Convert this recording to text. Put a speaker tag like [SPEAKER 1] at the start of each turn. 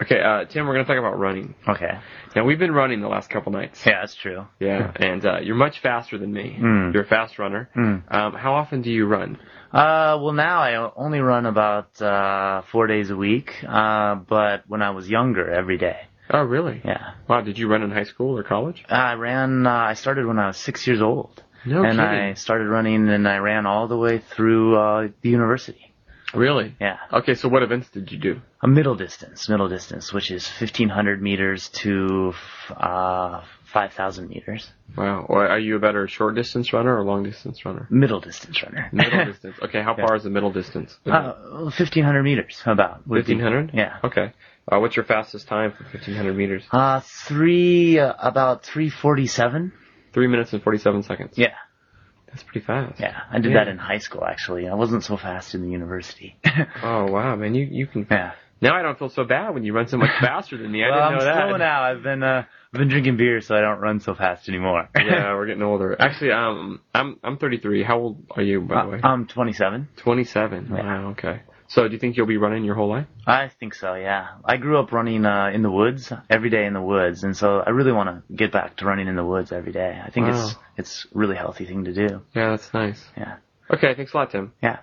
[SPEAKER 1] Okay, uh, Tim, we're going to talk about running.
[SPEAKER 2] Okay.
[SPEAKER 1] Now, we've been running the last couple nights.
[SPEAKER 2] Yeah, that's true.
[SPEAKER 1] Yeah, and uh, you're much faster than me.
[SPEAKER 2] Mm.
[SPEAKER 1] You're a fast runner.
[SPEAKER 2] Mm.
[SPEAKER 1] Um, how often do you run?
[SPEAKER 2] Uh, well, now I only run about uh, four days a week, uh, but when I was younger, every day.
[SPEAKER 1] Oh, really?
[SPEAKER 2] Yeah.
[SPEAKER 1] Wow, did you run in high school or college?
[SPEAKER 2] I ran, uh, I started when I was six years old.
[SPEAKER 1] No
[SPEAKER 2] and I
[SPEAKER 1] kidding.
[SPEAKER 2] started running and I ran all the way through uh, the university.
[SPEAKER 1] Really?
[SPEAKER 2] Yeah.
[SPEAKER 1] Okay, so what events did you do?
[SPEAKER 2] A middle distance, middle distance, which is 1,500 meters to f- uh, 5,000 meters.
[SPEAKER 1] Wow. Or are you a better short distance runner or long distance runner?
[SPEAKER 2] Middle distance runner.
[SPEAKER 1] Middle distance. Okay, how far is the middle distance?
[SPEAKER 2] Uh, 1,500 meters, about. would be-
[SPEAKER 1] 1500?
[SPEAKER 2] Yeah.
[SPEAKER 1] Okay. Uh, what's your fastest time for 1500 meters?
[SPEAKER 2] Uh, three, uh, about 347.
[SPEAKER 1] Three minutes and 47 seconds.
[SPEAKER 2] Yeah.
[SPEAKER 1] That's pretty fast.
[SPEAKER 2] Yeah, I did
[SPEAKER 1] Yeah.
[SPEAKER 2] that in high school actually. I wasn't so fast in the university.
[SPEAKER 1] Oh, wow, man. You, you can.
[SPEAKER 2] yeah.
[SPEAKER 1] Now I don't feel so bad when you run so much faster than me. I
[SPEAKER 2] well,
[SPEAKER 1] didn't
[SPEAKER 2] I'm
[SPEAKER 1] know that.
[SPEAKER 2] slow now. I've been uh, I've been drinking beer, so I don't run so fast anymore.
[SPEAKER 1] yeah, we're getting older. Actually, um, I'm I'm 33. How old are you, by the way?
[SPEAKER 2] Uh, I'm 27.
[SPEAKER 1] 27. Wow. Okay. So, do you think you'll be running your whole life?
[SPEAKER 2] I think so. Yeah, I grew up running uh, in the woods every day in the woods, and so I really want to get back to running in the woods every day. I think it's
[SPEAKER 1] Wow.
[SPEAKER 2] it's a really healthy thing to do.
[SPEAKER 1] Yeah, that's nice.
[SPEAKER 2] Yeah,
[SPEAKER 1] Okay, thanks a lot, Tim.
[SPEAKER 2] yeah.